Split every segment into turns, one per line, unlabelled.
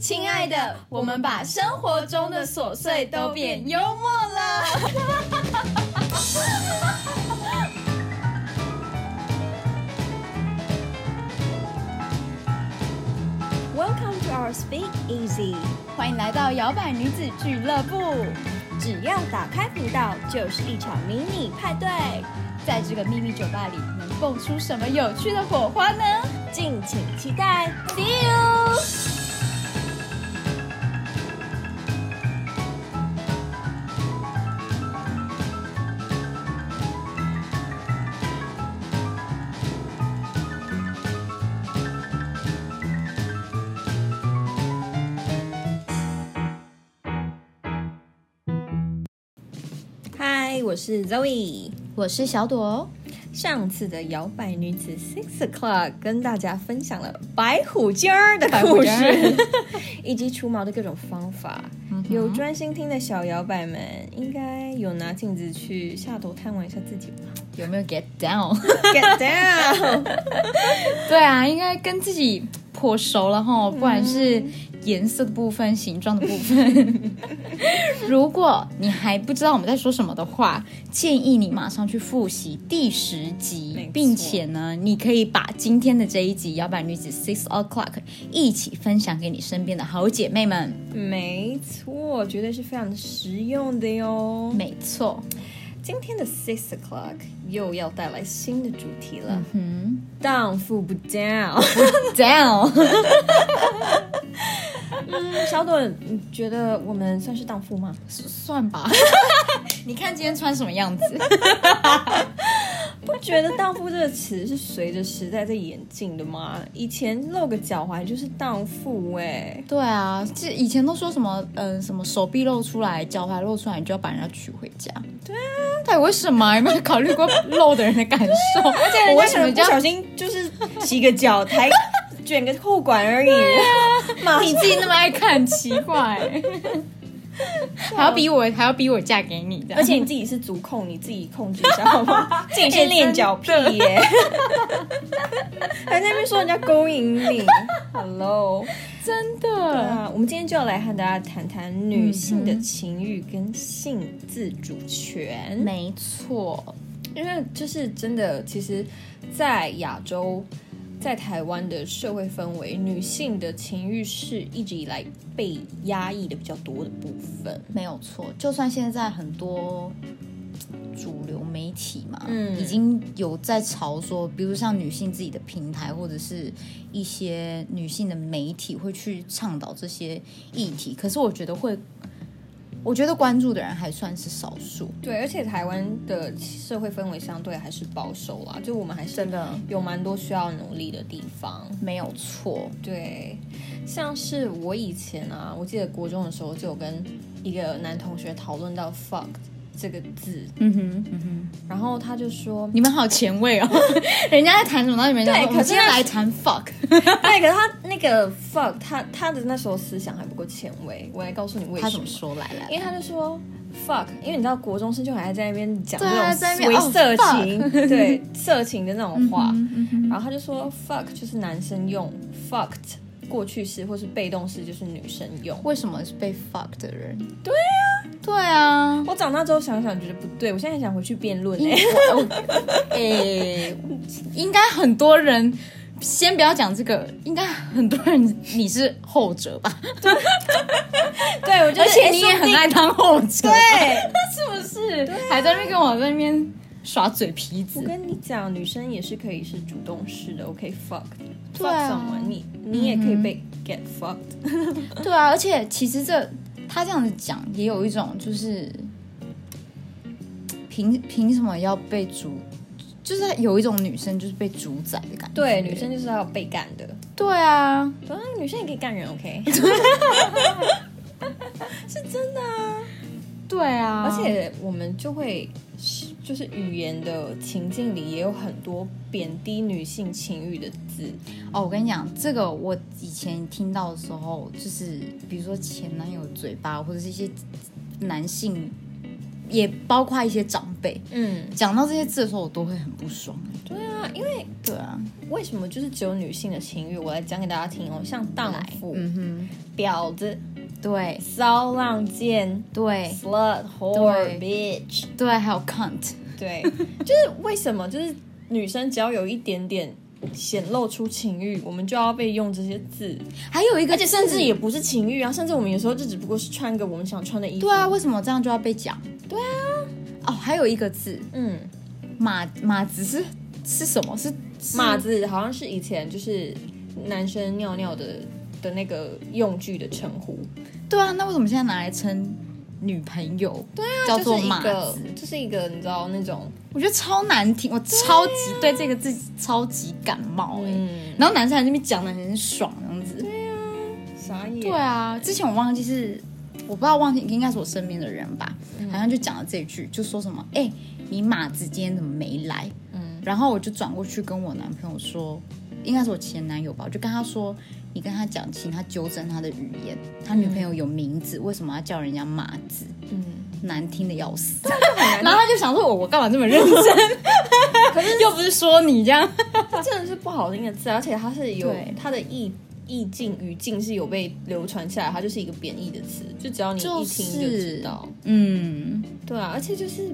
亲爱的，我们把生活中的琐碎都变幽默了。
Welcome to our Speak Easy，
欢迎来到摇摆女子俱乐部，
只要打开频道，就是一场迷你派对，
在这个秘密酒吧里，能蹦出什么有趣的火花呢
敬请期待。
？See you。
嗨，我是 Zoe。
我是小朵，哦
上次的摇摆女子 Six O'clock 跟大家分享了白虎精儿的故
白虎
事， 以及除毛的各种方法。有专心听的小摇摆们，应该有拿镜子去下头探望一下自 己吧。
有没有 get down？
Get down！
对啊，应该跟自己颇熟了哈，不管是颜色的部分、形状的部分。 如果你还不知道我们在说什么的话，建议你马上去复习第十
没
集
错，
并且呢，你可以把今天的这一集《摇摆女子 Six O'clock》一起分享给你身边的好姐妹们。
没错，绝对是非常实用的哟。
没错，
今天的 Six O'clock 又要带来新的主题了，
嗯
荡妇不 down。
，down，
嗯小朵，你觉得我们算是荡妇吗？
算吧。 你看今天穿什么样子？
不觉得“荡妇”这个词是随着时代在演进的吗？以前露个脚踝就是荡妇哎、
对啊，这以前都说什么，嗯、什么手臂露出来、脚踝露出来，你就要把人家娶回家。对啊，到底为什么啊？有没有考虑过露的人的 感受？而
人
我为
家
什
可
么
能不
就要
小心就是洗个脚，抬 卷个裤管而已，
啊
马
你自己那么爱看，奇 怪、
啊
还要逼我，还要逼我嫁给你的，
而且你自己是足控，你自己控制一下好吗？自
哎
己先练脚屁耶、哎还在那边说人家勾引你，Hello。
真的、
那我们今天就要来和大家谈谈女性的情欲跟性自主权，
没错，
因为就是真的，其实，在亚洲，在台湾的社会氛围，女性的情欲是一直以来被压抑的比较多的部分。
没有错。就算现在很多主流媒体嘛，
嗯
已经有在朝说，比如像女性自己的平台，或者是一些女性的媒体会去倡导这些议题。可是我觉得会，我觉得关注的人还算是少数。
对，而且台湾的社会氛围相对还是保守啦，就我们还是
真的
有蛮多需要努力的地方。
没有错，
对，像是我以前啊，我记得国中的时候就有跟一个男同学讨论到 “fuck” 这个字，
嗯哼，嗯哼，
然后他 就说，
你们好前卫哦，人家在谈什么，然后你们讲
对
说我们
可是
今天
那
来谈 fuck，
哎对，可是他那个 “fuck”，他他的那时候思想还不够前卫，我来告诉你为
他
什
怎么。
么
说来来？
因为他就说 fuck，因为你知道国中生就很爱在那边讲
对啊在
这
那
种
边
为
哦
色
fuck
情，对色情的那种话，
嗯哼，
然后他就说 fuck 就是男生用，fucked 过去式或是被动式就是女生用。
为什么是被 fuck 的人？对啊，对啊，
我长大之后想想觉得不对，我现在很想回去辩论 哎、
我 我诶、应该很多人，先不要讲这个，应该很多人你是后者吧，
对，我觉得欸
而且你也很爱当后者，
对。
是不是？还在那边跟我在那边耍嘴皮
我
子，
跟你讲，女生也是可以是主动式的，OK fuck
对啊嗯
fuck someone，你你也可以被 get fucked。
对啊，而且其实这他这样子讲，也有一种就是凭凭什么要被主，就是有一种女生就是被主宰的感觉，
对，女生就是要被干的，
对啊，
对啊，女生也可以干人，OK。
对啊，
而且我们就会就是语言的情境里也有很多贬低女性情欲的字，
哦，我跟你讲，这个我以前听到的时候，就是比如说前男友嘴巴，或者是一些男性也包括一些长辈，
嗯，
讲到这些字的时候，我都会很不爽。欸
对啊，因为
对啊，
为什么就是只有女性的情欲？我来讲给大家听哦，像荡妇、
嗯
婊子、
哼，对
骚浪贱、
对
slut、
对
whore、bitch，
对，啊还有 cunt，
对， 就是为什么就是女生只要有一点点显露出情欲，我们就要被用这些字，
还有一个
而且甚至
字
也不是情欲啊，甚至我们有时候就只不过是穿个我们想穿的衣服。
对啊，，为什么这样就要被讲？对啊，哦，还有一个字
嗯，
马马子是是什么？是是
码子好像是以前就是男生尿尿的的那个用具的称呼，
对啊，那为什么现在拿来称女朋友？对啊，叫做
就是一
马
个
子。，
就是一个你知道那种，
我觉得超难听，我超级对这个字超级感冒哎、
啊嗯，
然后男生还在那边讲的很爽这样子。
啥也
对啊，之前我忘记是，我不知道忘记应该是我身边的人吧，
嗯
好像就讲了这一句，就说什么哎、你马子今天怎么没来？
嗯
然后我就转过去跟我男朋友说，应该是我前男友吧，我就跟他说，你跟他讲，请他纠正他的语言，他女朋友有名字，为什么要叫人家马子？
嗯，
难听的要死。
很
然
难，
后他就想说我我干嘛这么认真？ 可是 又不是说你这样。
它真的是不好听的字，而且它是有
对
它的意意境语境是有被流传下来，它就是一个贬义的词，就只要你
就
一听就是知道，
嗯，
对啊，而且就是。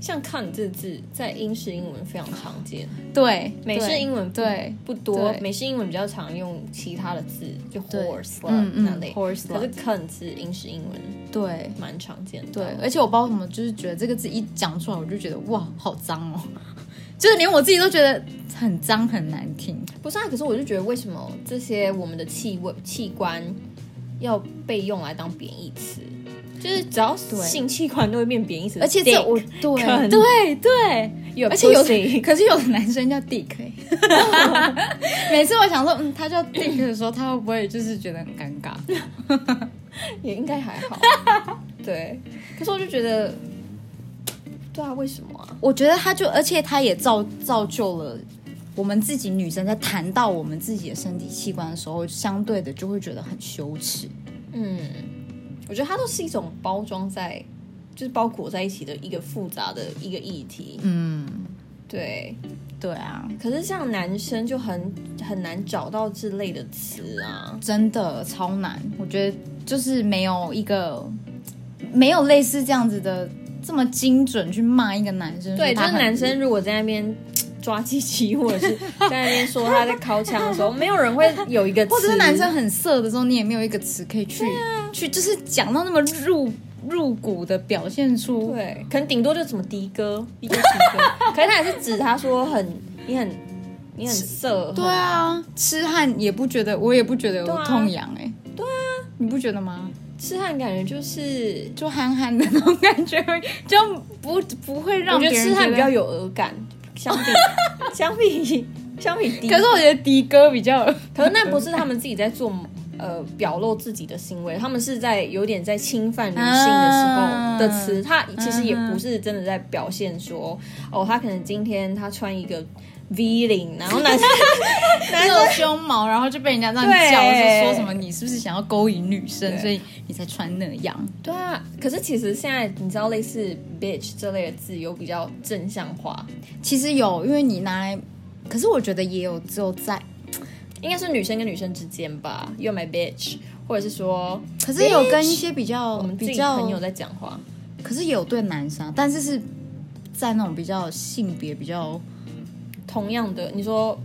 像 “con” 这个字在英式英文非常常见，
对，
美式
对
英文不
对，
不多
对，
美式英文比较常用其他的字，就 horse 啦
嗯
那
嗯
类。
，horse
可
love，
是 cunt 是英式英文，
对。
蛮常见的。
对，而且我不知道为什么，就是觉得这个字一讲出来，我就觉得哇，好脏哦， 就是连我自己都觉得很脏很难听。
不是啊，可是我就觉得为什么这些我们的器位器官要被用来当贬义词？就是只要性器官都会变贬义词，
而且这
dick，
我
啃
对对对，
your
而且有
pussy
可是有的男生叫 Dick，欸、每次我想说，嗯，他叫 Dick 的时候，他会不会就是觉得很尴尬？
也应该还好。 对，可是我就觉得，对啊，为什么啊？
我觉得他就，而且他也造造就了我们自己女生在谈到我们自己的身体器官的时候，相对的就会觉得很羞耻。
嗯，我觉得它都是一种包装在，就是包裹在一起的一个复杂的一个议题。
嗯，
对，
对啊，
可是像男生就很很难找到这类的词啊。
真的超难。我觉得就是没有一个没有类似这样子的这么精准去骂一个男生，
对，
说
就
他
是
很
男生如果在那边抓鸡鸡，或者是在那边说他在掏 枪的时候，没有人会有一个词，啊
或者是男生很色的时候，你也没有一个词可以去、去，就是讲到那么入入骨的表现出。
对，可能顶多就什么迪哥，迪哥迪 哥，可是他还是指他说很你很你很色，
对啊，痴汉也不觉得，我也不觉得有
对啊
痛痒哎、对啊，你不觉得吗？
很，痴汉感觉就是。
就憨憨的那种感觉，就不不会让
我觉
别
得
人
痴汉比较
有。
有俄感，相 比相比相比迪哥
可是我觉得迪哥比较有，
可是那不是他们自己在做呃表露自己的行为，他们是在有点在侵犯女性的时候的词。
啊
他其实也不是真的在表现说，哦，他可能今天他穿一个 V 领，然后男生男生
露胸毛，然后就被人家这样
对
叫，就说什么你是不是想要勾引女生，
对
所以你才穿那样？
对啊。可是其实现在你知道，类似 bitch 这类的字有比较正向化，
其实有，因为你拿来，可是我觉得也有只有在
应该是女生跟女生之间吧，You're my bitch，或者是说
可是有跟一些比较
我们自
比
己
较
朋友在讲话。
可是也有对男生、啊，但是是在那种比较性别比较，
同样的，你说，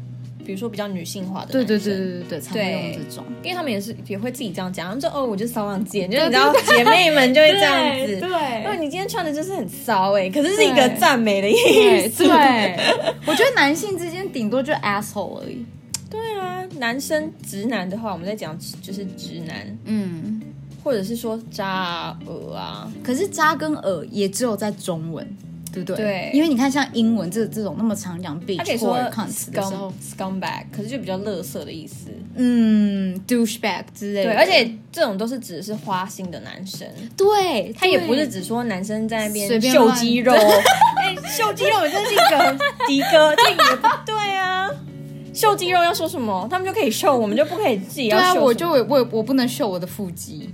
比如说比较女性化的，
对对对，对对对，才会
对
用这种，
因为他们也是也会自己这样讲，他们说哦，我就是骚浪贱，就是你知道姐妹们就会这样子。哦，
对
你今天穿的就是很骚哎、可是是一个赞美的意
对
思。
对，我觉得男性之间顶多就 asshole 而已，
对啊，男生直男的话，我们在讲就是直男，
嗯，
或者是说渣啊、鹅啊，
可是渣跟耳也只有在中文。对不对？
对
因为你看，像英文这这种那么常讲 bitch
他可以
或
说
cunt 的时候
scum，scumbag，可是就比较乐色的意思。
嗯，douchebag 之类的。
对，而且这种都是指的是花心的男生，
对，
他也
对
不是只说男生在那
随
边
便
秀
乱
肌肉， 哎、秀肌肉，你真是一个迪哥，这也不对啊。秀肌肉要说什么？他们就可以秀，我们就不可以自己
对
要
啊，
秀什么。
我就我我我不能秀我的腹肌，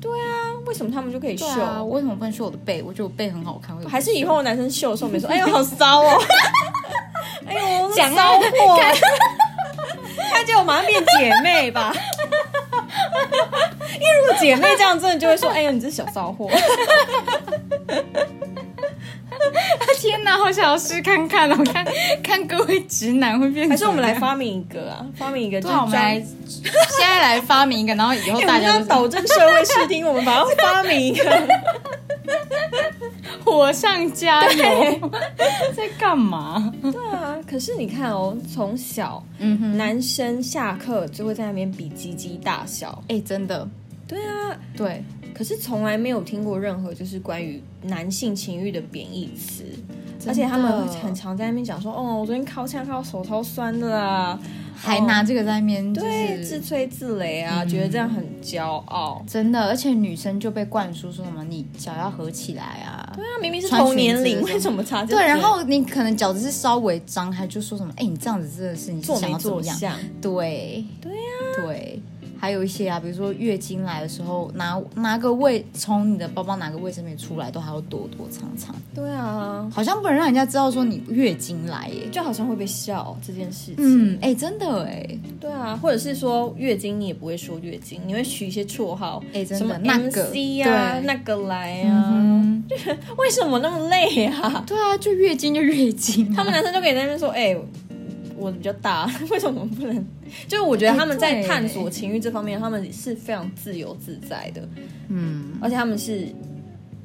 对啊，为什么他们就可以秀？
对啊，我为什么不能秀我的背？我觉得我背很好看，我
还是以后男生秀的时候没说，哎呦好骚 哦，哎呦
讲
骚货，
看
看见我马上变姐妹吧。 因为如果姐妹这样，真的就会说，哎呦你这小骚货。
天哪，好想要试看看哦！看看各位直男会变成，
还是我们来发明一个啊，发明一个就
对
是
啊，我
专，
们 来现在来发明一个，然后以后
哎我
大
们
家
要
都
导正社会视听，我们把它发明一个。
火上加油， 在干嘛？
对啊，可是你看哦，从小
嗯哼，
男生下课就会在那边比鸡鸡大小。
哎、真的，
对啊，
对，
可是从来没有听过任何就是关于男性情欲的贬义词，而且他们会很常在那边讲说，哦，我昨天靠枪靠手超酸的啊啦，
还拿这个在面，就
对，自
是
吹自擂啊，觉得这样很骄傲。
真的，而且女生就被灌输说什么你脚要合起来啊，
对啊，明明是
穿裙
同年
子
龄，
的时候
为什么差这？
对，然后你可能脚只是稍微张开，就说什么，哎、你这样子真的是你是
做
想
没
要怎
做
么样？
像？
对，
对
呀、对，还有一些啊，比如说月经来的时候，拿拿个卫从你的包包拿个卫生棉出来，都还要躲躲藏藏，
对啊，
好像不能让人家知道说你月经来耶。
就好像会被笑这件事情。
嗯，哎、真的哎，
对啊，或者是说月经，你也不会说月经，你会取一些绰号，
哎真的
什么
那个
MC 啊，
对
那个来啊，
嗯，
为什么那么累啊？
对啊，就月经就月 经啊、
他们男生就可以在那边说，哎、我的比较大， 为什么不能？就是我觉得他们在
哎对
探索情欲这方面，他们是非常自由自在的，
嗯，
而且他们是，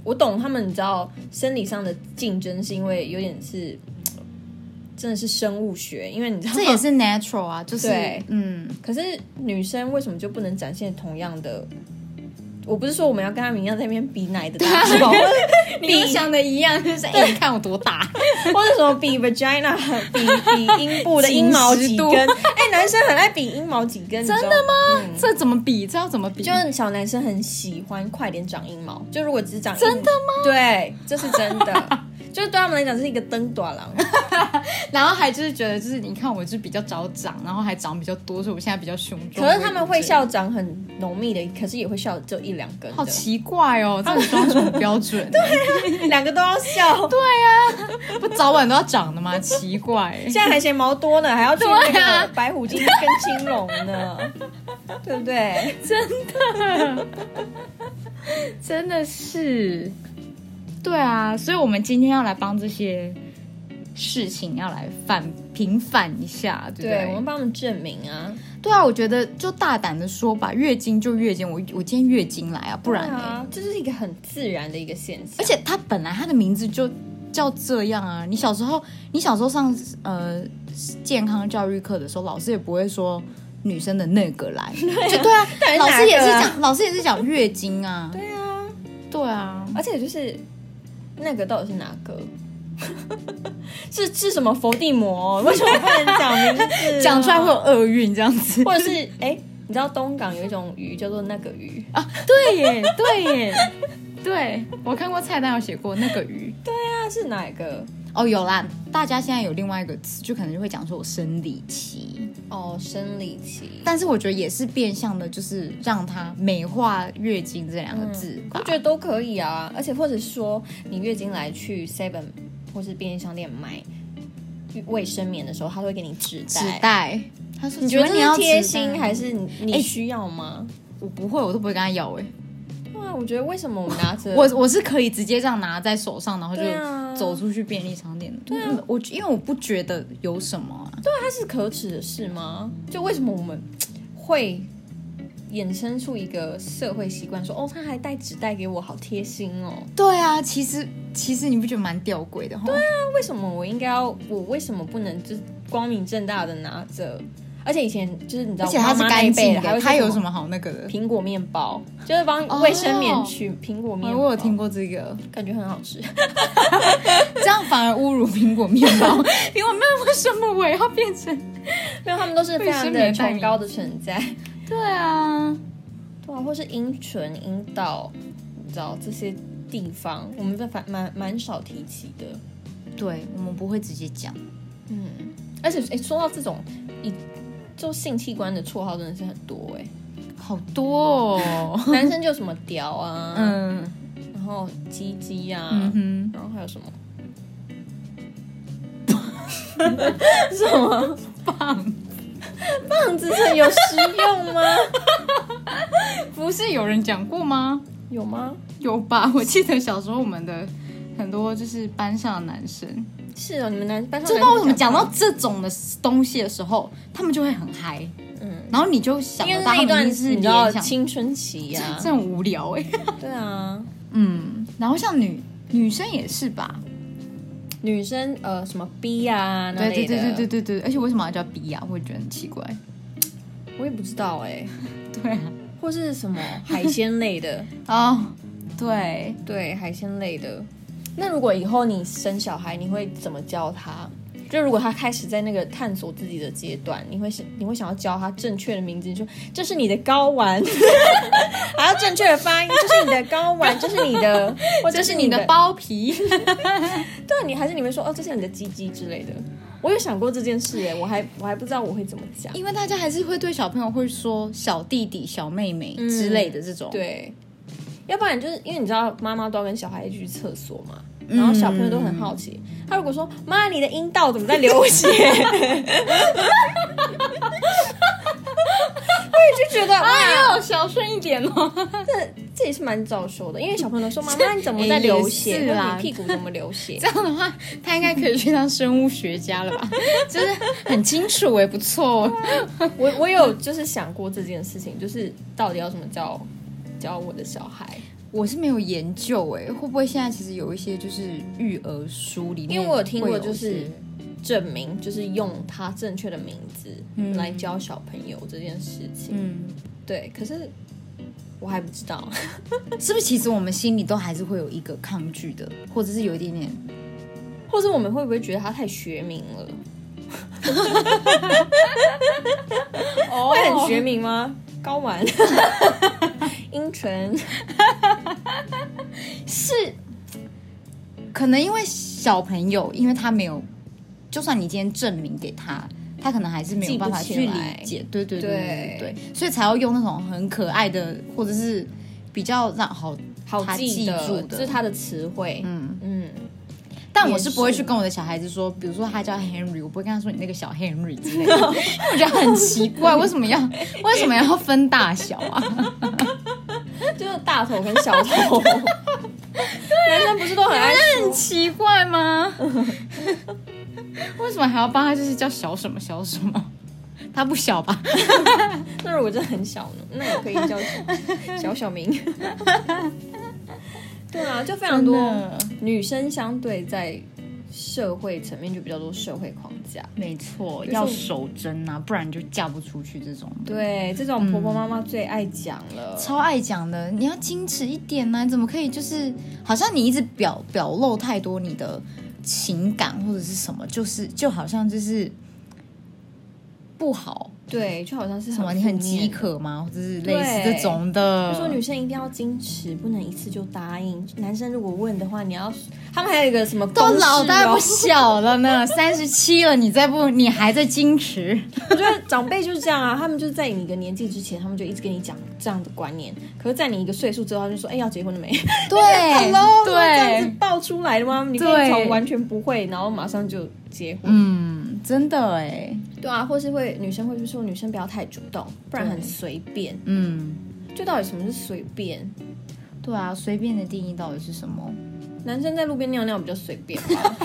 我懂他们，你知道生理上的竞争是因为有点是，真的是生物学，因为你知道
这也是 natural 啊，就是
对
嗯，
可是女生为什么就不能展现同样的？我不是说我们要跟他们一样在那边比奶的 大小，或者
啊你们想的一样，就是哎、你看我多大，
或者什么比 vagina 比比阴部的阴毛 几根。
紧实
哎、男生很爱比阴毛几根，真的吗？
这怎么比？这要怎么比？
就是小男生很喜欢快点长阴毛，就如果只长真的吗？对，这是真的。 就是对他们来讲是一个灯短 廊，
然后还就是觉得就是你看我就是比较早长，然后还长比较多，所以我现在比较凶壮。
可是他们会
笑。
笑长很浓密的，可是也会笑只有一两根的，
好奇怪哦，这种装什么标准？ 对啊
两个都要 笑。
不早晚都要长的吗？奇怪欸、
现在还嫌毛多呢，还要去那
对啊
个白虎精跟青龙呢， 对不对？
真的是，对啊，所以我们今天要来帮这些事情要来反平反一下，对不
对，我
对？
们帮他们证明啊，
对啊，我觉得就大胆的说吧，月经就月经，我我今天月经来啊，不然
对
呢、
啊，这是一个很自然的一个现象。
而且它本来它的名字就叫这样啊，你小时候你小时候上呃健康教育课的时候，老师也不会说。女生的那个来，就 对啊，
底是
老
哪
师也是
个啊
讲，老师也是讲月经啊，
对啊，
对啊，
而且就是那个到底是哪个？ 是是什么伏地魔？为什么不能讲名字？
讲出来会有，厄运这样子。
或者是哎、你知道东港有一种鱼叫做那个鱼，
啊，对耶，对耶，对我看过菜单有写过那个鱼。
那是哪一个？
哦，有啦，大家现在有另外一个词，就可能就会讲说我生理期，
哦，生理期。
但是我觉得也是变相的，就是让它美化月经这两个字吧。
我觉得都可以啊，而且或者说你月经来去 Seven 或是便利商店买卫生棉的时候，他会给你纸
纸
袋。
袋，他说
你觉得
请问你
这是
要
贴
纸
心
袋
还是你
哎
你需要吗？
我不会，我都不会跟他要哎、
哇，我觉得为什么我拿着
我我是可以直接这样拿在手上，然后就
对啊
走出去便利商店的。对啊，我因为我不觉得有什么啊。
它是可耻的事吗？就为什么我们会衍生出一个社会习惯，说哦，他还带纸袋给我，好贴心哦。
对啊，其实其实你不觉得蛮吊诡的哈？对啊，
为什么我应该要？我为什么不能就是光明正大的拿着？而且以前就是你知道，
而且它
我
是
妈妈那一
干
辈
净
的，还
的，
会
它有
么
什么好那个的？
苹果面包，就是帮
哦
卫生棉取苹果面包。
我有听，过这个，
感觉很好吃。
这样反而侮辱苹果面包。 苹果面包为什么我也要变成？
没有，他们都是非常
卫
的
生棉代
崇
名
高的存在。
对啊，
对啊，或是阴唇、阴道，你知道这些地方，我们在反蛮蛮少提起的。
对我们不会直接讲。
嗯，而且哎、诶说到这种，一就性器官的绰号真的是很多哎、
好好多哦。
男生就什么屌啊，
嗯
然后鸡鸡啊，
嗯
然后还有 什么？什么棒？棒子这有实用吗？
哼，不是有人讲过吗？
有吗？
有吧？我记得小时候我们的很多就是班上的男生，
是哦，你们男班上
就不知道为什么讲
男
到这种的东西的时候，他们就会很嗨，
生讲嗯，
然后你就想
因
得
为
到
那
他
一
们
段
一定是
你知道
联想，
青春期 呀、
这很无聊哎、
对啊，
嗯，然后像女女生也是吧？
女生呃什么 B 啊那
对
类
对
的，
对对对对对，而且为什么要叫 B 呀、我也觉得很奇怪。
对，我也不知道 哎、
对啊，
或是 什么海鲜类的，
哦，对，
对海鲜类的。那如果以后你生小孩，你会怎么教他？就如果他开始在那个探索自己的阶段，你会想你会想要教他正确的名字，你说这是你的睾 丸，还要正确的发音，这是你的睾 丸，这是你的，或者
这
是
是
你
你
的
的包皮，
对，你还是你会说哦，这是你的鸡鸡之类的。我有想过这件事耶，我还我还不知道我会怎么讲。
因为大家还是会对小朋友会说小弟弟、小妹妹之类的这种。，
对，要不然就是因为你知道妈妈都要跟小孩一起去厕所嘛，然后小朋友都很好奇，他如果说妈，你的阴道怎么在流 血？我也就觉得哇，
哎呦，小顺一点哦。
这也是蛮早熟的，因为小朋友都说妈妈你怎么在流血，
也是
或
啦
者你屁股怎么流血
这？样的话，他应该可以去当生物学家 了吧？就是很清楚哎，不错哦。
我我有就是想过这件事情，就是到底要怎么教教我的小孩。
我是没有研究哎，会不会现在其实有一些就是育儿书里面会一些，
因为我有听过就是证明，就是用他正确的名字
嗯
来教小朋友这件事情。
嗯，
对，可是我还不知道，
是不是其实我们心里都还是会有一个抗拒的，或者是有一点点
或者我们会不会觉得他太学名了？
哦
会很学名吗？睾 丸、阴唇，
是，可能因为小朋友，因为他没有，就算你今天证明给他，他可能还是没有办法
记
去
不起来
理解。对对对
对
对对对，所以才要用那种很可爱的，或者是比较让好。
好
他
记
记
的，
住的
这是他的词汇。嗯嗯，
但我是
也是
不会去跟我的小孩子说，比如说他叫 Henry，我不会跟他说你那个小 Henry 之 类的，因为我觉得很奇怪，为什么要为什么要分大小啊？
就是大头跟小 头。男生不是都很爱
很奇怪吗？ 为什么还要帮他就是叫小什么小什么？他不小吧？
那如果真的很小呢？那我可以叫 小小小明。对啊，就非常多
真的
女生相对在社会层面就比较多社会框架。
没错，
是
要守贞啊，不然就嫁不出去这种。
对，这种婆婆妈妈最爱讲了。
超爱讲的，你要矜持一点呢、你怎么可以就是好像你一直表表露太多你的情感或者是什么，就是就好像就是不好
对，就好像是
什么，
很
你很
负面
饥。渴吗？或者是类似
对
这种的。
就说女生一定要矜持，不能一次就答应。男生如果问的话，你要他们还有一个什么公
都
式
老大
哦
不小了 呢，三十七了，你再不你还在矜持，
我觉得长辈就是这样啊，他们就在你一个年纪之前，他们就一直跟你讲这样的观念。可是，在你一个岁数之后，他就说：“哎、要结婚了没？”
对
，Hello，这样子
对，
爆出来的吗？你可以
对
从完全不会，然后马上就结婚。
嗯，真的哎，
对啊，或是会女生会就说女生不要太主动，不然很随便。
嗯。
就到底什么是随便？
对啊，随便的定义到底是什么？
男生在路边尿尿比较随便 吧？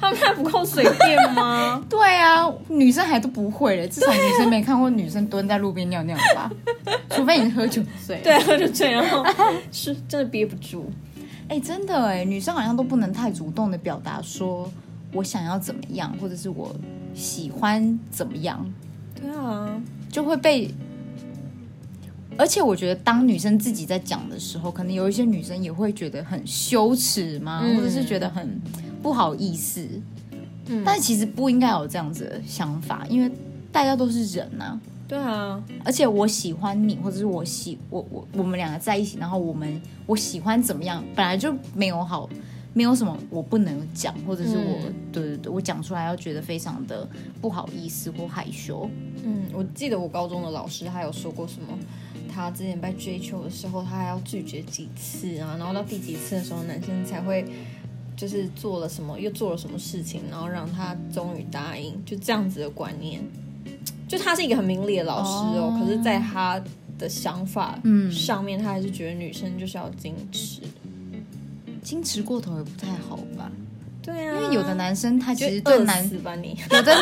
他们还不够随便吗？
对啊，女生还都不会嘞，至少女生没看过女生蹲在路边尿尿的 吧？除非你喝酒醉。
对，啊，就这样， 是真的憋不住。
哎、真的哎，女生好像都不能太主动的表达说我想要怎么样，或者是我喜欢怎么样，
对啊，
就会被。而且我觉得，当女生自己在讲的时候，可能有一些女生也会觉得很羞耻嘛，
嗯
或者是觉得很不好意思。
嗯
但其实不应该有这样子的想法，因为大家都是人呐、
对啊，
而且我喜欢你，或者是我喜我我我们两个在一起，然后我们我喜欢怎么样，本来就没有好，没有什么我不能讲，或者是我、
嗯
对对对，我讲出来要觉得非常的不好意思或害羞。
嗯，我记得我高中的老师还有说过什么，他之前被追求的时候，他还要拒绝几次啊，然后到第几次的时候，男生才会就是做了什么，又做了什么事情，然后让他终于答应，就这样子的观念。就他是一个很明理的老师哦，
哦
可是在他的想法
嗯
上面，他还是觉得女生就是要矜持。
矜持过头也不太好吧？
对啊，
因为有的男生他其实
就
对
饿
男
死吧你。
有的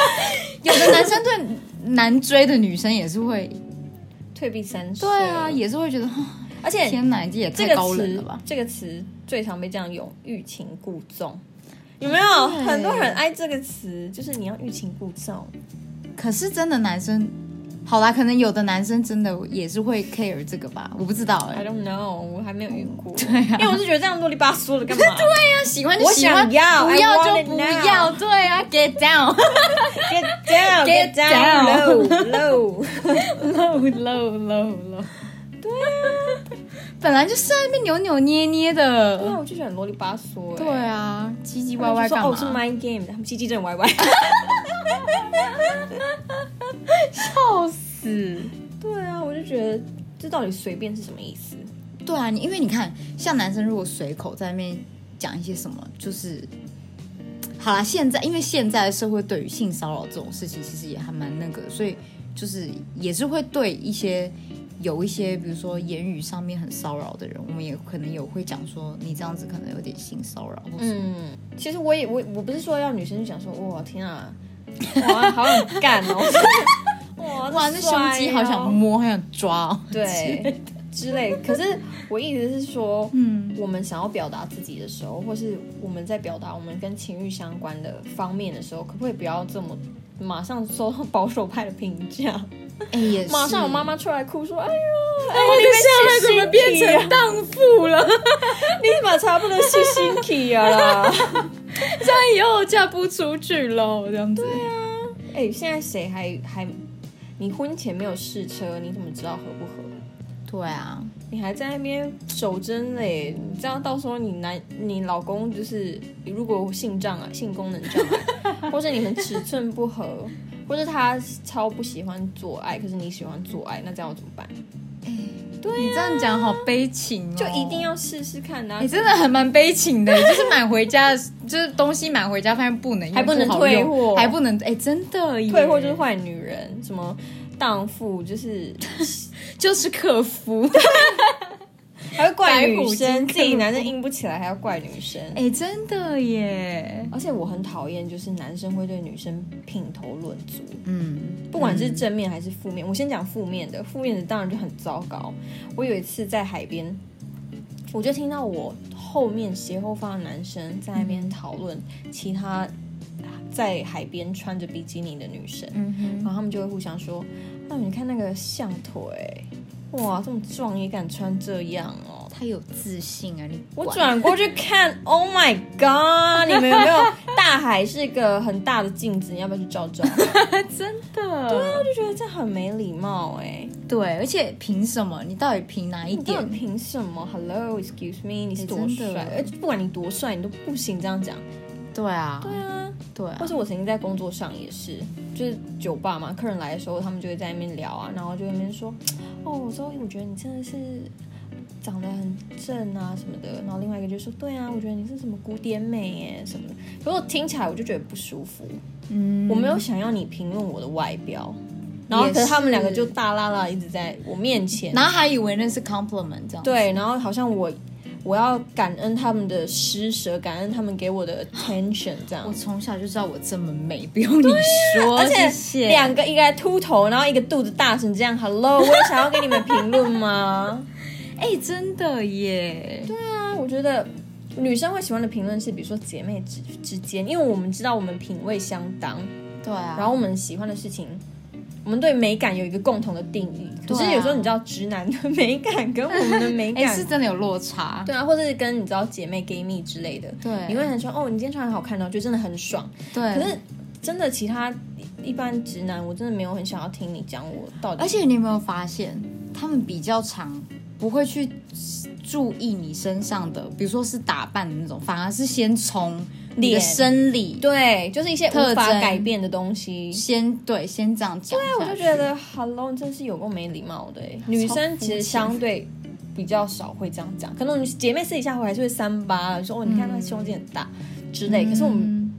有的男生对难追的女生也是会，
退避三舍。
对啊，也是会觉得，哦
而且
天哪，这也
这
太
个
高冷
词
了吧？
这个词最常被这样用，欲擒故 纵。有没有
对
很多人爱这个词？就是你要欲擒故纵，
可是真的男生，好啦，可能有的男生真的也是会 care 这个吧，我不知道哎、
I don't know，我还没有遇过。
对啊
因为我是觉得这样啰里吧嗦 的干嘛？对
那喜欢就
我
喜欢，
想要
不
I
要
want
就
it
不
now
要，对啊，get down
，get
Get
down，get down，low low。
low low low low，对啊，本来就是在那边扭扭捏捏
对啊，
的，
我就觉得很啰里吧嗦。哎
对，啊，唧唧歪
他
歪
们就说
干
哦是
嘛？
my game，他们唧唧真的歪歪。
笑死！
对啊，我就觉得这到底随便是什么意思？
对啊，你因为你看，像男生如果随口在那边讲一些什么，就是好啦。现在因为现在的社会对于性骚扰这种事情，其实也还蛮那个的，所以就是也是会对一些有一些，比如说言语上面很骚扰的人，我们也可能有会讲说你这样子可能有点性骚扰，或是、
嗯，其实我也我我不是说要女生就讲说哇天啊，哇好想干 哦，哇
哇，那
这
胸
帅
肌
哦
好想摸，好想抓、哦，
对之类的。可是我意思是说，
嗯，
我们想要表达自己的时候，或是我们在表达我们跟情欲相关的方面的时候，可不可以不要这么马上受到保守派的评价？
哎、 也是
马上我妈妈出来哭说：“哎呦，
哎， 我的下
下
来
来
怎
怎
么
么
变
变
成
成
荡妇了？
你怎么差不多是心体啊啦
这样以后我嫁不出去喽，这样子。
哎、现在谁还还你婚前没有试车，你怎么知道合不合？
对啊，
你还在那边守贞嘞？你这样到时候你男你老公就是如果性障碍、性功能障碍， 或者你们尺寸不合，或者他超不喜欢做爱，可是你喜欢做爱，那这样我怎么办？
你这样讲好悲情哦，
就一定。要试试看啊！
你真的还蛮悲情 的，就是买回家，就是东西买回家发现不能用，
还不能
好用
退货
还不能哎、真的耶
退货就是坏女人，什么荡妇，就是
就是客服，
还会怪
白
女
虎
生，
金
自己男生硬不起来还要怪女生。
哎、真的耶，
而且我很讨厌，就是男生会对女生品头论足，
嗯，
不管是正面还是负面，我先讲负面的，负面的当然就很糟糕。我有一次在海边，我就听到我后面斜后方的男生在那边讨论其他在海边穿着比基尼的女生，
嗯哼，
然后他们就会互相说：“那你看那个象腿，哇，这么壮也敢穿这样哦。”
他有自信啊，你
我
管
转过去看，Oh my God！你们有没有？大海是一个很大的镜子，你要不要去照照？
真的
我就觉得这很没礼貌哎、
对，而且凭什么？你到底凭哪一
你到底
点？
凭什么？Hello，excuse me，你是多
真的
帅？而且不管你多帅，你都不行这样讲。
对啊，
对啊，
对啊
或，是我曾经在工作上也是，就是酒吧嘛，客人来的时候，他们就会在那边聊啊，然后就在那边说，哦，周一我觉得你真的是长得很正啊什么的，然后另外一个就说，对啊，我觉得你是什么古典美耶什么的，可是我听起来我就觉得不舒服，
嗯，
我没有想要你评论我的外表。然后，可是他们两个就大拉拉一直在我面前，
嗯然后还以为那是 compliment 这样，，
对，然后好像我我要感恩他们的施舍，感恩他们给我的 attention 这样
我。从小就知道我这么美，不用你说，
啊而且
谢谢
两个一个还秃头，然后一个肚子大成这样，Hello，我也想要给你们评 论吗？
哎、真的耶，对，
啊，我觉得女生会喜欢的评论是，比如说姐妹之之间，因为我们知道我们品味相当，
啊，
然后我们喜欢的事情，我们对美感有一个共同的定义。可
对
是
啊
有时候你知道，直男的美感跟我们的美
哎、
感
是真的有落差，
对啊，或者是跟你知道姐妹、闺蜜之类的，
对
你会很说哦，你今天穿很好看哦，就真的很爽。
对，
可是真的，其他一般直
呃
男，我真的没有很想要听你讲我到底。
而且你有没有发现，他们比较常不会去注意你身上的，比如说是打扮的那种，反而是先从你的
脸
生理
对，就是一些
特
无法
征
改变的东西。
先对先这样讲。对
我就觉得 Hello 真是有够没礼貌的欸，女生
肤
其实
浅
相对比较少会这样讲，可能我们姐妹私底下回来就会三八，说哦你看她胸肌很大之类，可是我们
嗯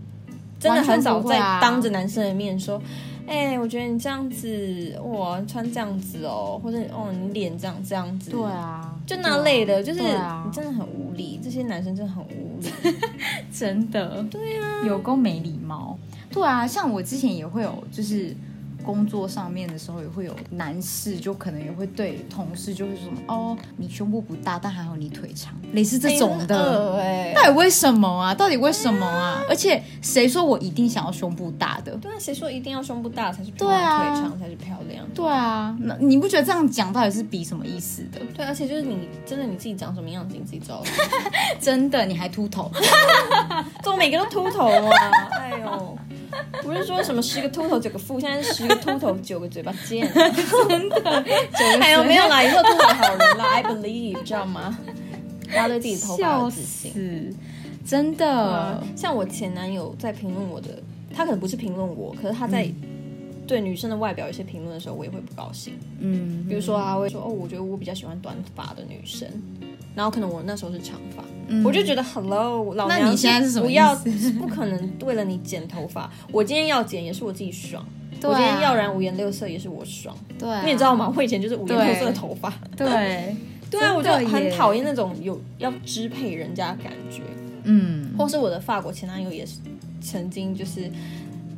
真的很少
完全不会
在
啊
当着男生的面说。哎、我觉得你这样子，哇，穿这样子哦，或者哦，你脸这样这样子，
对，啊，
就那类的，就是、
对啊
你真的很无理，这些男生真的很无理。
真的，对啊，有够没礼貌。对啊，像我之前也会有，就是工作上面的时候也会有男士，就可能也会对同事就会说什么哦，你胸部不大，但还好你腿长，类似
哎
这种的。
很恶欸
到底为什么啊？到底为什么
嗯
啊？而且谁说我一定想要胸部大的？
对啊，谁说一定要胸部大才是漂
对
亮，
啊
腿长才是漂亮？
对啊，那你不觉得这样讲到底是比什么意思 的？
对，而且就是你真的你自己长什么样子，你自己知道。
真的，你还秃 头？
怎么每个都秃头啊？哎呦，不是说什么十个秃头九个富，现在是十个秃头九个嘴巴啊 尖。哎呦，没有 啦，以后秃头好人啦，I believe，知道吗？大家对自己头发有
笑
自信。啊嗯
死！真的，
呃像我前男友在评论我的，他可能不是评论我，可是他在对女生的外表有一些评论的时候，我也会不高兴。
嗯，
比如说他会说哦，我觉得我比较喜欢短发的女生，然后可能我那时候是长发，我就觉得 hello，老
那
娘
你现在是什么
不
意
要
思
不可能为了你剪头发，我今天要剪也是我自己爽，
对啊
我今天要染五颜六色也是我爽，
对啊，
你也知道吗？我以前就是五颜
对
六色的头发，
对，
对啊，我就
真的
很
耶
讨厌那种有要支配人家的感觉，
嗯，
或是我的法国前男友也是曾经就是。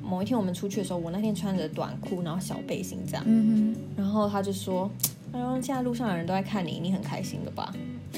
某一天我们出去的时候，我那天穿着短裤，然后小背心这样，
嗯
然后他就说：“哎呦，现在路上的人都在看你，你很开心的吧？”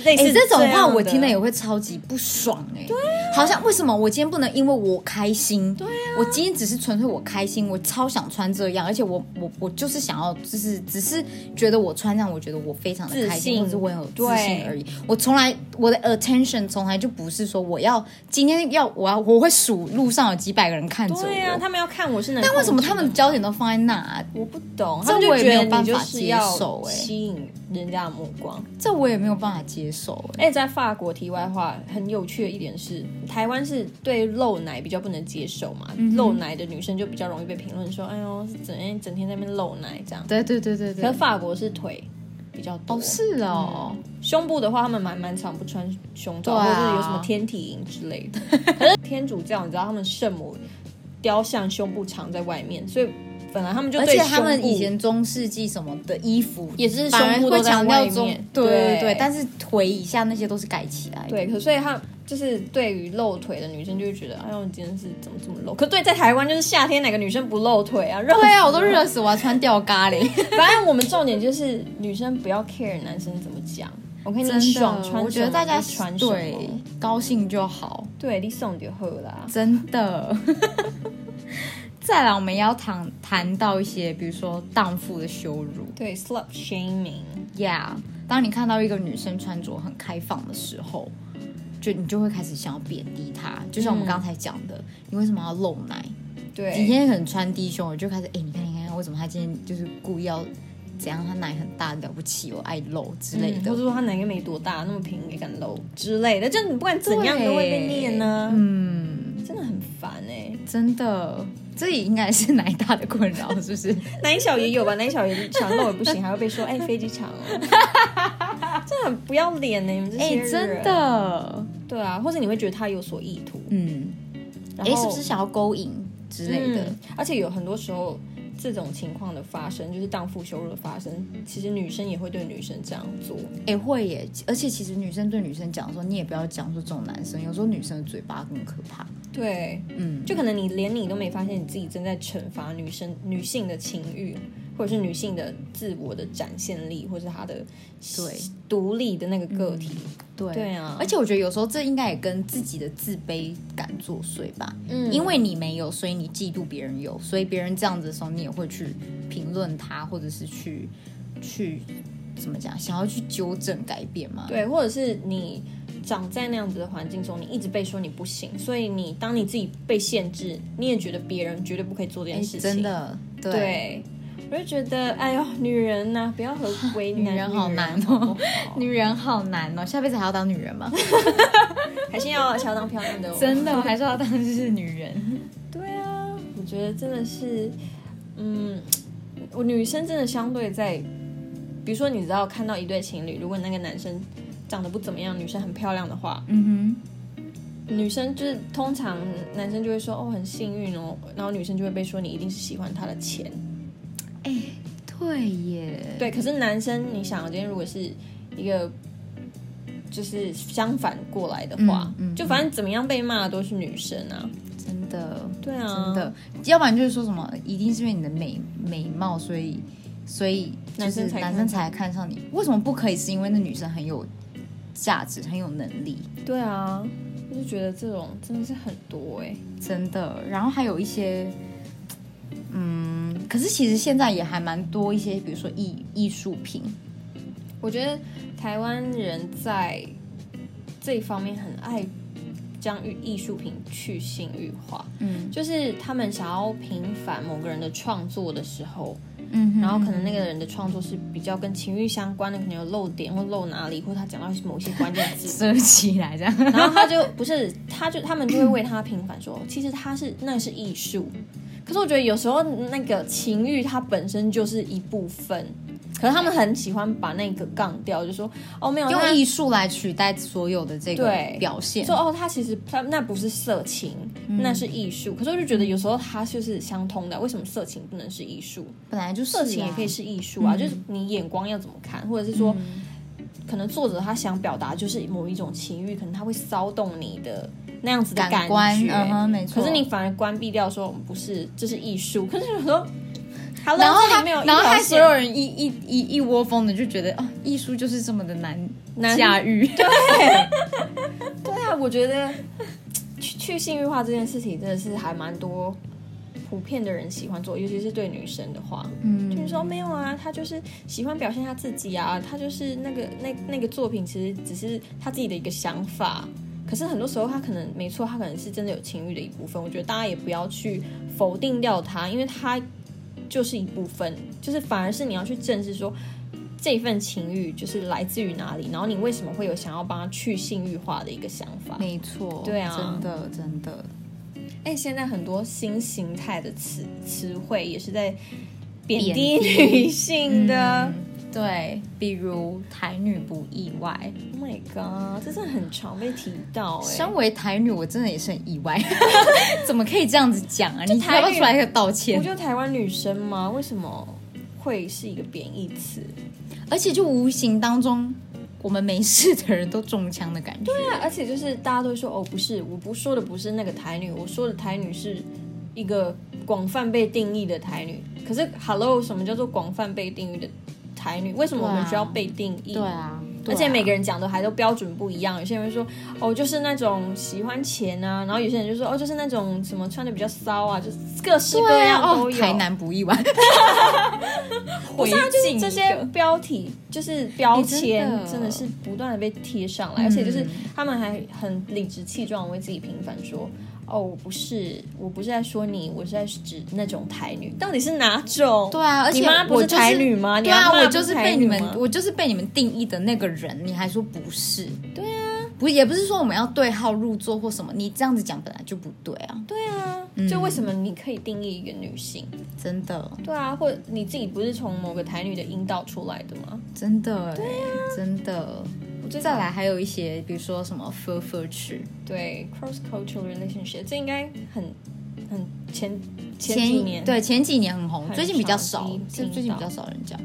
类
哼，哎、
似
这种话
样
我
的
听了也会超级不爽哎、对、好像为什么我今天不能因为我开心？对啊，我今天只是纯粹我开心，我超想穿这样，而且我我我就是想要，就是只是觉得我穿上，我觉得我非常的开
自
心，
信
或是我很有自
对
信而已。我从来我的 attention 从来就不是说我要今天要我要我会数路上有几百个人看着我，
对啊，他们要看我是能，
但为什么他们的焦点都放在那啊、
我不懂，
这
他们就
我也没
觉
有
得你就
办法
是
接
要
受欸
吸引人家的目光。
这我也没有办法接受哎、
而且在法国题外话，很有趣的一点是，台湾是对露奶比较不能接受嘛，露奶的女生就比较容易被评论说，哎呦，是整天整天在那边露奶这样。
对对对对对
可是，法国是腿比较多，
哦是哦，
胸部的话，他们蛮蛮常不穿胸罩，
对啊
或者是有什么天体营之类的。 可是天主教，你知道他们圣母雕像胸部藏在外面，所以本来他们就
而
对
且他
胸
们
部
以前中世纪什么的衣服
也是
反
胸
而
部都
会
在
强
外
调中
面，，
对对对，
对，
但是腿以下那些都是盖起来的。
对，可所以他就是对于露腿的女生就会觉得，哎呦，你今天是怎么这么露？可对，在台湾就是夏天哪个女生不露腿啊？热
对啊，我都热死，我还穿吊嘎嘞，
反正我们重点就是女生不要 care 男生怎么讲。我看你爽穿什么，
我觉得大家
你穿什么
对高兴就好，
对，你送就好啦。
真的。 再来，我们要谈谈到一些，比如说荡妇的羞辱
对，slut shaming。
，Yeah。当你看到一个女生穿着很开放的时候，就你就会开始想要贬低她，就
嗯
像我们刚才讲的，你为什么要露奶？
对，
你今天可能穿低胸，我就开始哎、你看你看，为什么他今天就是故意要怎样？他奶很大，了不起，我爱露之类
嗯
的。
或者说他哪个没多大，那么平也敢露之类的，就是你不管怎样都会被念呢、
嗯，
真的很烦哎、
真的，这也应该是奶大的困扰，是不是？
男小也有吧，男小也长露也不行，还会被说哎、飞机场 哦，真的很不要脸欸呢、你 们这
哎、
些人、
真，的，
对啊，或者你会觉得他有所意图，
嗯，
然
哎、
后
是不是想要勾引之类的？
嗯而且有很多时候。这种情况的发生，就是荡妇羞辱的发生，其实女生也会对女生这样做。
哎、会耶，而且其实女生对女生讲说，你也不要讲说这种男生，有时候女生的嘴巴更可怕。
对，
嗯，
就可能你连你都没发现你自己正在惩罚女生女性的情欲，或者是女性的自我的展现力，或者是她的
对
独立的那个个体。
对
对啊
而且我觉得有时候这应该也跟自己的自卑感作祟吧。
嗯
因为你没有，所以你嫉妒别人有，所以别人这样子的时候，你也会去评论他，或者是去去怎么讲，想要去纠正改变嘛。
对，或者是你长在那样子的环境中，你一直被说你不行，所以你当你自己被限制，你也觉得别人绝对不可以做这
哎，
件事情。
真的，对
对。我就觉得，哎呦，女人呐、不要和为难
啊女人好难
女人好
哦
不好，
女人好难哦，下辈子还要当女人吗？
还是要想要当漂亮的、哦，
真的，我还是要当就是女人。
对啊，我觉得真的是，嗯，我女生真的相对在，比如说你知道看到一对情侣，如果那个男生长得不怎么样，女生很漂亮的话，
嗯
女生就是通常男生就会说哦很幸运哦，然后女生就会被说你一定是喜欢他的钱，
哼，哎，对耶，
对，可是男生你想，今天如果是一个。就是相反过来的话，
嗯嗯
就反正怎么样被骂的都是女生啊，
真的，
对啊，
真的，要不然就是说什么，一定是因为你的美美貌，所以所以就是
男生才看上
男生才看上你。为什么不可以？是因为那女生很有价值，很有能力，
对啊，我就觉得这种真的是很多哎、
真的。然后还有一些，嗯，可是其实现在也还蛮多一些，比如说艺艺术品，
我觉得台湾人在这一方面很爱将艺术品去性欲化，
嗯
就是他们想要平反某个人的创作的时候，
嗯哼，
然后可能那个人的创作是比较跟情欲相关的，可能有漏点或漏哪里，或他讲到某些关键字，
遮起来 这样，
然后他就不是，他就他们就会为他平反说，其实他是那是艺术。可是我觉得有时候那个情欲它本身就是一部分，可是他们很喜欢把那个杠掉，就说哦没有，
用
那
艺术来取代所有的这个
对
表现
说。哦他其实他那不是色情，
嗯
那是艺术。可是我就觉得有时候它就是相通的，为什么色情不能是艺术？
本来就是、啊、
色情也可以是艺术啊，
嗯
就是你眼光要怎么看，或者是说，可能作者他想表达就是某一种情欲，可能他会骚动你的那样子的
感
感
官，
觉。
嗯哼，没错。
可是你反而关闭掉说不是，这是艺术。可是有 时候，好
然后
这
他
里没有一
然后
条
他所
线，
有人一一一一窝蜂的就觉得啊，艺术就是这么的难
难
驾驭。
对啊，我觉得去去性欲化这件事情真的是还蛮多普遍的人喜欢做，尤其是对女生的话，
嗯
就是说没有啊，她就是喜欢表现她自己啊，她就是那个那那个作品其实只是她自己的一个想法。可是很多时候，她可能没错，她可能是真的有情欲的一部分。我觉得大家也不要去否定掉它，因为它就是一部分，就是反而是你要去正视说这份情欲就是来自于哪里，然后你为什么会有想要帮他去性欲化的一个想 法。
没错，
对啊
真的真的，
哎，现在很多新形态的词词汇也是在贬
贬
低女性的。
嗯对，比如台女不意外，
Oh my god，这真的很常被提到哎、
身为台女，我真的也是很意外， 怎么可以这样子讲啊？你
台
要不
女
要出来一个道
我
歉？
觉得台湾女生嘛，为什么会是一个贬义词？
而且就无形当中，我们没事的人都中枪的感觉。
对啊，而且就是大家都会说哦，不是，我不说的不是那个台女，我说的台女是一个广泛被定义的台女。可是，hello，什么叫做广泛被定义的台女？为什么我
对
们
啊
需要被定义？
对啊，
而且每个
人
人讲的还都标准不一样，有些人会说哦，就是那种喜欢钱啊，然后有些人就说哦，就是那种什么穿的比较骚啊，就是各式各
对啊，
样都
哦，
有。
台南不意外，
不
回
是啊，就是
敬
这
一
些
个
标题，就是标签
哎真，的
真的嗯是不断的被贴上来，而且就是他们还很理直气壮地为自己平反说。哦，我不是，我不是在说你，我是在指那种台女，到底是哪种？
对啊，而且
你妈不
我
是
就是
台女吗？你
对啊，
阿嬷
我
不
就是
台
被
女
你们
吗，
我就是被你们定义的那个人，你还说不是？对啊，不也不是说我们要对号入座或什么，你这样子讲本来就不对啊，
对啊，就为什么你可以定义一个女性？
真的，
对啊，或者你自己不是从某个台女的阴道出来的吗？
真的，对啊，真的。
我最
再来还有一些，比如说什么 fur fur 去
对 cross cultural relationship，这应该很很前前
前
几年
对前几年很红，
很
最近比较
少
少
听，
最
听
最近比
到
较少人讲。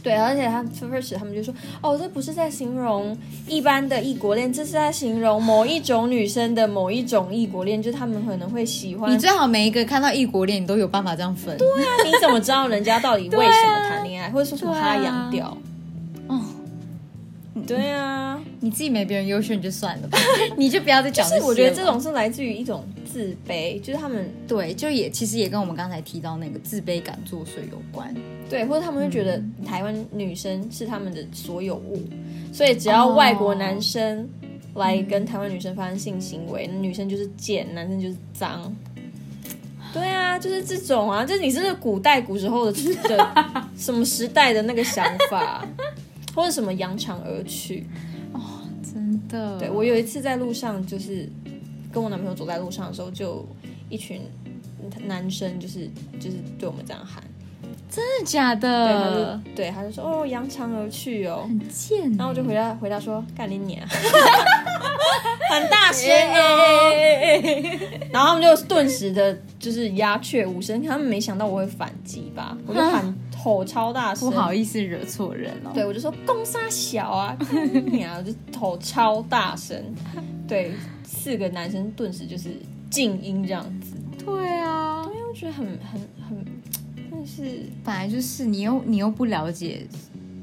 对，而且他 first 他们就说，哦，这不是在形容一般的异国恋，这是在形容某一种女生的某一种异国恋，就是他们可能会喜欢。
你最好每一个看到异国恋，你都有办法这样分。对
对啊，你怎么知道人家到 底为什么谈恋爱，或者说什么
啊对
哈
啊
洋调？
哦，
对啊，
你自己没别人优秀你就算了吧， 你就不要再讲嗯些
就
了。
是我觉得这种是来自于一种自卑，就是他们
对，就也其实也跟我们刚才提到那个自卑感作祟有关。
对，或者他们会觉得台湾女生是他们的所有物，所以只要外国男生来跟台湾女生发生性行为，那女生就是贱，男生就是脏。对啊，就是这种啊，就是你是古代古时候的的什么时代的那个想法，或者什么扬长而去。
真的。
对我有一次在路上，就是跟我男朋友走在路上的时候，就一群男生就是就是对我们这样喊，
真的假
对，他就
的？
对他就说哦扬长而去哦，
很贱欸。
然后我就回答回答说干 你娘，很大声哦，
欸
然后他们就顿时的就是鸦雀无声，他们没想到我会反击吧，我就喊吼超大声，
不好意思惹错人了。
对，我就说公杀小啊，干你啊，我就吼超大声，对，四个男生顿时就是静音这样子，
对啊，
因为我觉得很很很，但是
本来就是你又你又不了解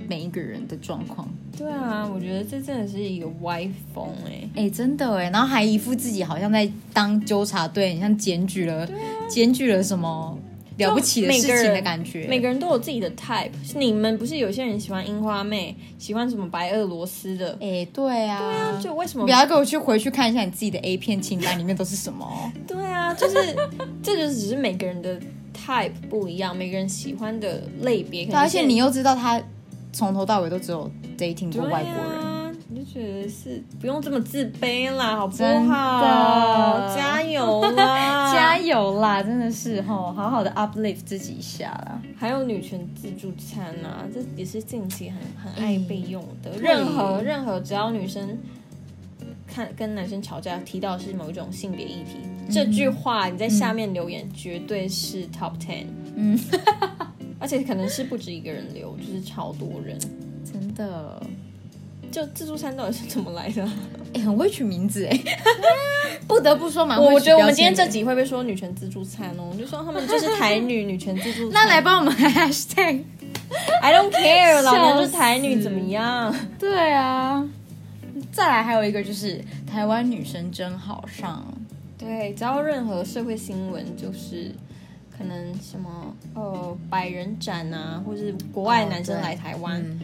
每一个人的状况，
对啊，我觉得这真的是一个歪风哎、
哎、真的哎，然后还一副自己好像在当纠察队，你像检举了、
啊
检举了什么了不起的事情的感觉。
每个人都有自己的 type，你们不是有些人喜欢樱花妹，喜欢什么白俄罗斯的？
哎、对啊，
就为什么
不？要给我去回去看一下你自己的 A 片清单里面都是什么。
对啊，就是 这就只是每个人的 type 不一样，每个人喜欢的类别。可
对，啊
能
而
有些
且
人
你又知道他从头到尾都只有 dating 过外国人。
啊，你就觉得是不用这么自卑啦，好不
真
好
的？
加油啊啦！
加！油啦！真的是吼，好好的 uplift 自己一下啦。
还有女权自助餐啊，这也是近期很很爱被用的。
嗯
任何任何只要女生看跟男生吵架提到是某一种性别议题，
嗯
这句话你在下面留言绝对是 top ten。
嗯，
而且可能是不止一个人留，就是超多人。
真的，
就自助餐到底是怎么来的？
哎、很会取名字哎、 不得不说蛮会
我
取
我觉得我们
标
今天
签的
这集会不会说女权自助餐哦？我就说他们就是台 女女权自助餐。
那来帮我们 hashtag。
，I don't care，
笑
老
死
娘就是台女怎么样？
对啊，再来还有一个就是台湾女生真好上，
对，只要任何社会新闻，就是可能什么呃百人展啊，或是国外男生
哦对嗯
来台湾，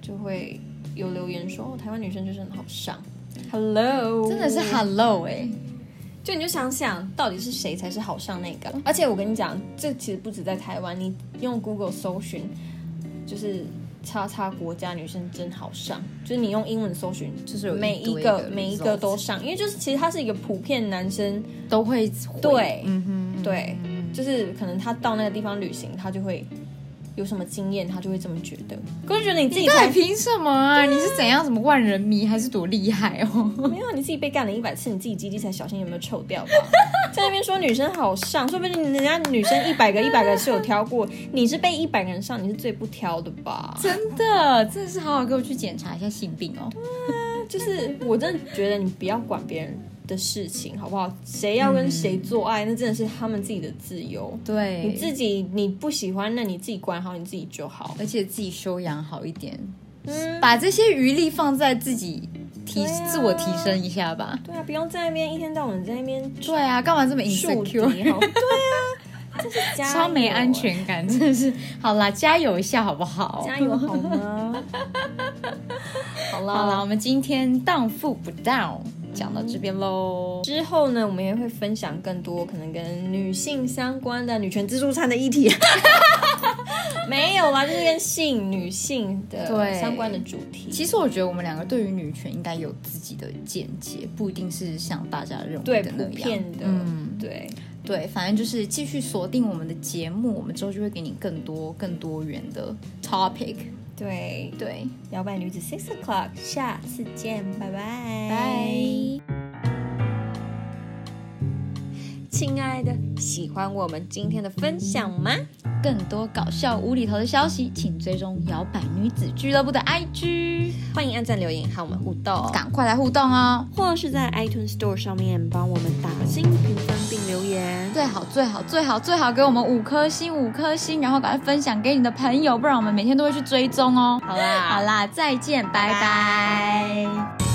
就会有留言说、哦、台湾女生就是很好上。Hello，
真的是 hello 哎、
就你就想想，到底是谁才是好上那个？而且我跟你讲，这其实不止在台湾，你用 Google 搜寻，就是叉叉国家女生真好上，就是你用英文搜寻，
就是有一
每一
堆
个
的
每一
results
个都上，因为就是其实它是一个普遍男生
都会回
对
嗯哼，
对，就是可能他到那个地方旅行，他就会有什么经验，他就会这么觉得。可是觉得你自己
那
才
你凭什么啊？你是怎样什么万人迷还是多厉害哦？
没有，啊你自己被干了一百次，你自己鸡鸡才小心有没有臭掉吧？在那边说女生好上，说不定人家女生一百个一百个是有挑过，你是被一百个人上，你是最不挑的吧？
真的，真的是好好给我去检查一下性病哦。
就是我真的觉得你不要管别人的事情，好不好？谁要跟谁做爱，那真的是他们自己的自由。
对，
你自己你不喜欢，那你自己管好你自己就好。
而且自己修养好一点，
嗯，
把这些余力放在自己提、
对啊
自我提升一下吧。
对啊，不用在那边一天到晚在那边
对啊，干嘛这么
树敌，好
insecure？
对啊，这是加油
超没安全感，真的是。好啦，加油一下好不好？
加油好吗？好啦，
好啦，我们今天荡妇不荡，讲到这边喽。
之后呢，我们也会分享更多可能跟女性相关的女权自助餐的议题。没有啦，就是跟性、女性的
对
相关的主题。
其实我觉得我们两个对于女权应该有自己的见解，不一定是像大家认为
对，
的
普
那样。嗯
遍的，对，
对，反正就是继续锁定我们的节目，我们之后就会给你更多更多元的 topic。
对，
对，
摇摆女子 Six O'clock，下次见，拜拜，
拜。
亲爱的，喜欢我们今天的分享吗？
更多搞笑无厘头的消息，请追踪摇摆女子俱乐部的 IG，
欢迎按赞留言和我们互动。
赶快来互动哦！
或是在 iTunes Store 上面帮我们打新评分并留言。
最好最好最好最好给我们五颗星五颗星，然后赶快分享给你的朋友，不然我们每天都会去追踪哦。
好啦，
好啦，再见，拜拜